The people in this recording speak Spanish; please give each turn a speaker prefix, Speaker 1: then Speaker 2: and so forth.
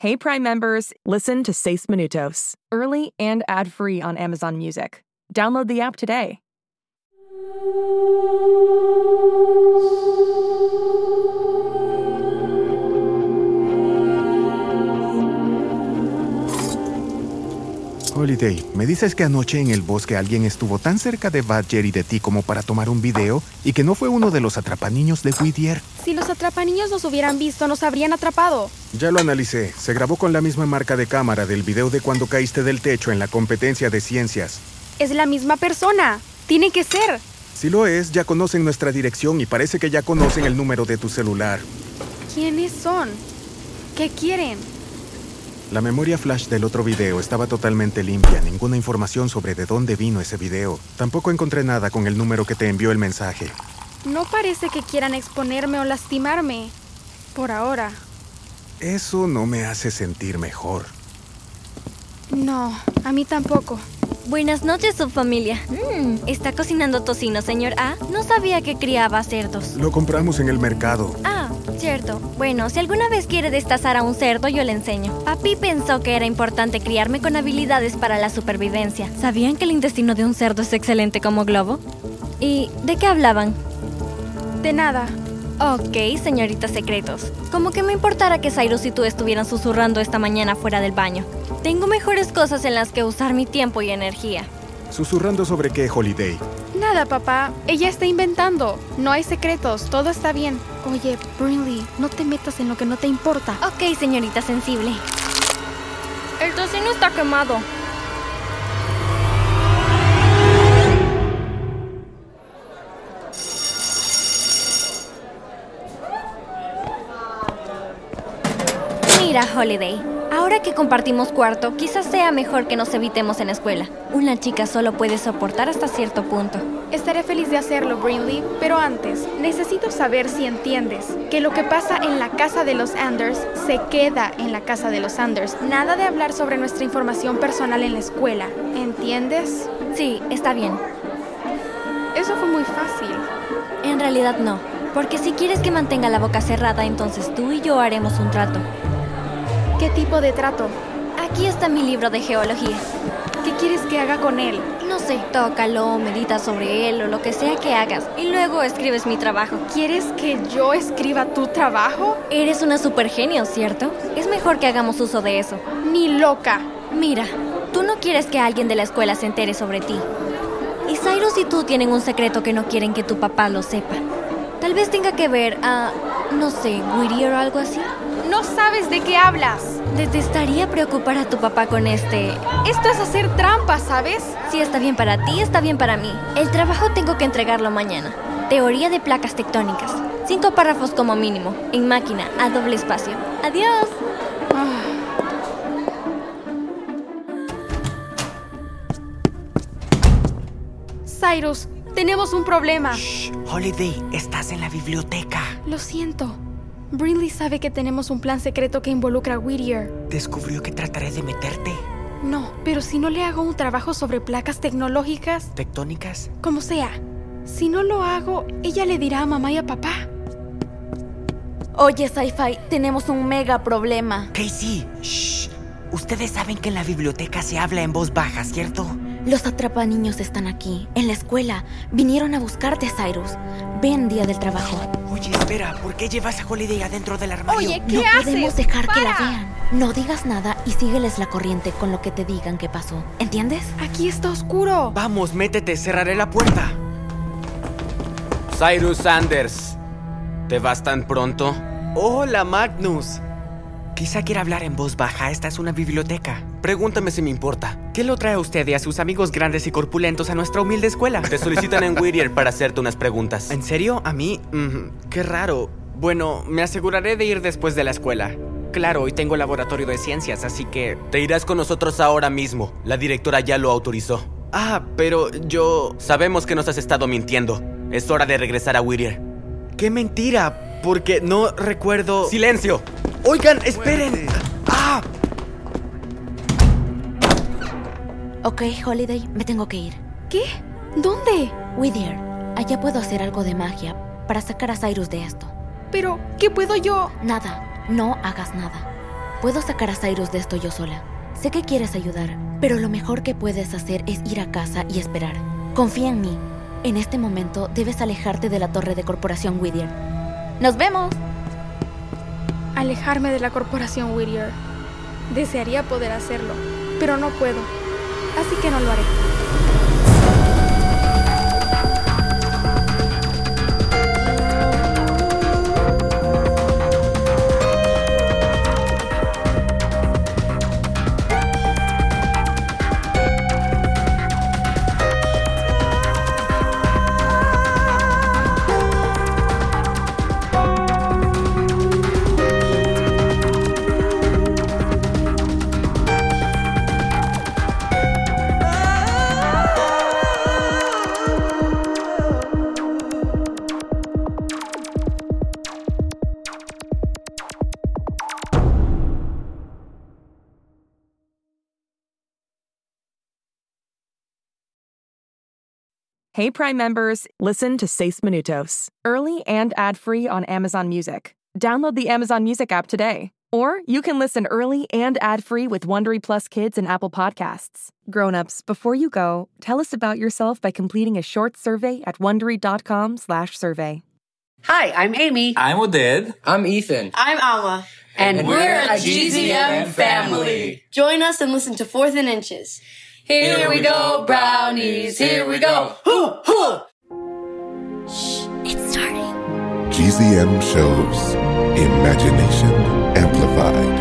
Speaker 1: Hey Prime members, listen to Seis Minutos, early and ad-free on Amazon Music. Download the app today.
Speaker 2: Holiday, ¿me dices que anoche en el bosque alguien estuvo tan cerca de Badger y de ti como para tomar un video y que no fue uno de los atrapaniños de Whittier?
Speaker 3: Si los atrapaniños nos hubieran visto, nos habrían atrapado.
Speaker 2: Ya lo analicé. Se grabó con la misma marca de cámara del video de cuando caíste del techo en la competencia de ciencias.
Speaker 3: Es la misma persona. Tiene que ser.
Speaker 2: Si lo es, ya conocen nuestra dirección y parece que ya conocen el número de tu celular.
Speaker 3: ¿Quiénes son? ¿Qué quieren?
Speaker 2: La memoria flash del otro video estaba totalmente limpia, ninguna información sobre de dónde vino ese video. Tampoco encontré nada con el número que te envió el mensaje.
Speaker 3: No parece que quieran exponerme o lastimarme. Por ahora.
Speaker 2: Eso no me hace sentir mejor.
Speaker 3: No, a mí tampoco.
Speaker 4: Buenas noches, subfamilia. Mm, está cocinando tocino, señor A. No sabía que criaba cerdos.
Speaker 2: Lo compramos en el mercado.
Speaker 4: Ah, cierto. Bueno, si alguna vez quiere destazar a un cerdo, yo le enseño. Papi pensó que era importante criarme con habilidades para la supervivencia. ¿Sabían que el intestino de un cerdo es excelente como globo? ¿Y de qué hablaban?
Speaker 3: De nada.
Speaker 4: Ok, señoritas secretos. Como que me importara que Cyrus y tú estuvieran susurrando esta mañana fuera del baño. Tengo mejores cosas en las que usar mi tiempo y energía.
Speaker 2: Susurrando sobre qué, Holiday.
Speaker 3: Nada, papá. Ella está inventando. No hay secretos. Todo está bien. Oye, Brinley, no te metas en lo que no te importa.
Speaker 4: Ok, señorita sensible. El tocino está quemado. Mira, Holiday, ahora que compartimos cuarto, quizás sea mejor que nos evitemos en la escuela. Una chica solo puede soportar hasta cierto punto.
Speaker 3: Estaré feliz de hacerlo, Brinley, pero antes, necesito saber si entiendes que lo que pasa en la casa de los Anders se queda en la casa de los Anders. Nada de hablar sobre nuestra información personal en la escuela. ¿Entiendes?
Speaker 4: Sí, está bien.
Speaker 3: Eso fue muy fácil.
Speaker 4: En realidad no, porque si quieres que mantenga la boca cerrada, entonces tú y yo haremos un trato.
Speaker 3: ¿Qué tipo de trato?
Speaker 4: Aquí está mi libro de geología.
Speaker 3: ¿Qué quieres que haga con él?
Speaker 4: No sé, tócalo, medita sobre él o lo que sea que hagas y luego escribes mi trabajo.
Speaker 3: ¿Quieres que yo escriba tu trabajo?
Speaker 4: Eres una supergenio, ¿cierto? Es mejor que hagamos uso de eso.
Speaker 3: Ni loca.
Speaker 4: Mira, tú no quieres que alguien de la escuela se entere sobre ti. Y Cyrus y tú tienen un secreto que no quieren que tu papá lo sepa. Tal vez tenga que ver a, no sé, Whittier o algo así.
Speaker 3: No sabes de qué hablas.
Speaker 4: Detestaría preocupar a tu papá con este.
Speaker 3: Esto es hacer trampa, ¿sabes?
Speaker 4: Si está bien para ti, está bien para mí. El trabajo tengo que entregarlo mañana. Teoría de placas tectónicas. Cinco párrafos como mínimo. En máquina, a doble espacio. Adiós.
Speaker 3: Cyrus, tenemos un problema.
Speaker 5: Shh, Holiday, estás en la biblioteca.
Speaker 3: Lo siento. Brinley sabe que tenemos un plan secreto que involucra a Whittier.
Speaker 5: Descubrió que trataré de meterte.
Speaker 3: No, pero si no le hago un trabajo sobre placas tecnológicas,
Speaker 5: ¿Tectónicas?
Speaker 3: como sea, si no lo hago, ella le dirá a mamá y a papá.
Speaker 6: Oye, Sci-Fi, tenemos un mega problema.
Speaker 5: Casey, shh. Ustedes saben que en la biblioteca se habla en voz baja, ¿cierto?
Speaker 6: Los atrapaniños están aquí, en la escuela. Vinieron a buscarte, Cyrus. Ven, día del trabajo.
Speaker 5: Oye, espera, ¿por qué llevas a Holiday adentro del armario?
Speaker 3: Oye, ¿qué
Speaker 6: No
Speaker 3: haces?
Speaker 6: podemos dejar que la
Speaker 3: ¡Para!
Speaker 6: vean. No digas nada y sígueles la corriente con lo que te digan que pasó. ¿Entiendes?
Speaker 3: Aquí está oscuro.
Speaker 5: Vamos, métete, cerraré la puerta.
Speaker 7: Cyrus Sanders, ¿te vas tan pronto?
Speaker 5: Hola, Magnus. Quizá quiera hablar en voz baja, esta es una biblioteca.
Speaker 7: Pregúntame si me importa.
Speaker 5: ¿Qué lo trae a usted y a sus amigos grandes y corpulentos a nuestra humilde escuela?
Speaker 7: Te solicitan en Whittier para hacerte unas preguntas.
Speaker 5: ¿En serio? ¿A mí? Mm, qué raro. Bueno, me aseguraré de ir después de la escuela. Claro, hoy tengo laboratorio de ciencias, así que...
Speaker 7: Te irás con nosotros ahora mismo. La directora ya lo autorizó.
Speaker 5: Ah, pero yo...
Speaker 7: Sabemos que nos has estado mintiendo. Es hora de regresar a Whittier.
Speaker 5: ¡Qué mentira! Porque no recuerdo...
Speaker 7: ¡Silencio!
Speaker 5: Oigan, esperen. Ah,
Speaker 6: Ok, Holiday, me tengo que ir.
Speaker 3: ¿Qué? ¿Dónde?
Speaker 6: Whittier, allá puedo hacer algo de magia para sacar a Cyrus de esto.
Speaker 3: Pero, ¿qué puedo yo?
Speaker 6: Nada, no hagas nada. Puedo sacar a Cyrus de esto yo sola. Sé que quieres ayudar, pero lo mejor que puedes hacer es ir a casa y esperar. Confía en mí. En este momento debes alejarte de la torre de Corporación Whittier. ¡Nos vemos!
Speaker 3: Alejarme de la corporación Whittier. Desearía poder hacerlo, pero no puedo. Así que no lo haré.
Speaker 1: Hey Prime members, listen to Seis Minutos, early and ad-free on Amazon Music. Download the Amazon Music app today. Or you can listen early and ad-free with Wondery Plus Kids and Apple Podcasts. Grown-ups, before you go, tell us about yourself by completing a short survey at wondery.com slash survey.
Speaker 8: Hi, I'm Amy.
Speaker 9: I'm Oded.
Speaker 10: I'm Ethan.
Speaker 11: I'm Alma.
Speaker 8: And,
Speaker 12: and we're, we're a GZM, GZM family.
Speaker 11: Join us and listen to Fourth and Inches.
Speaker 12: Here, here we go, brownies. Here we go. Hoo, hoo.
Speaker 6: Shh, it's starting.
Speaker 13: GZM shows Imagination Amplified.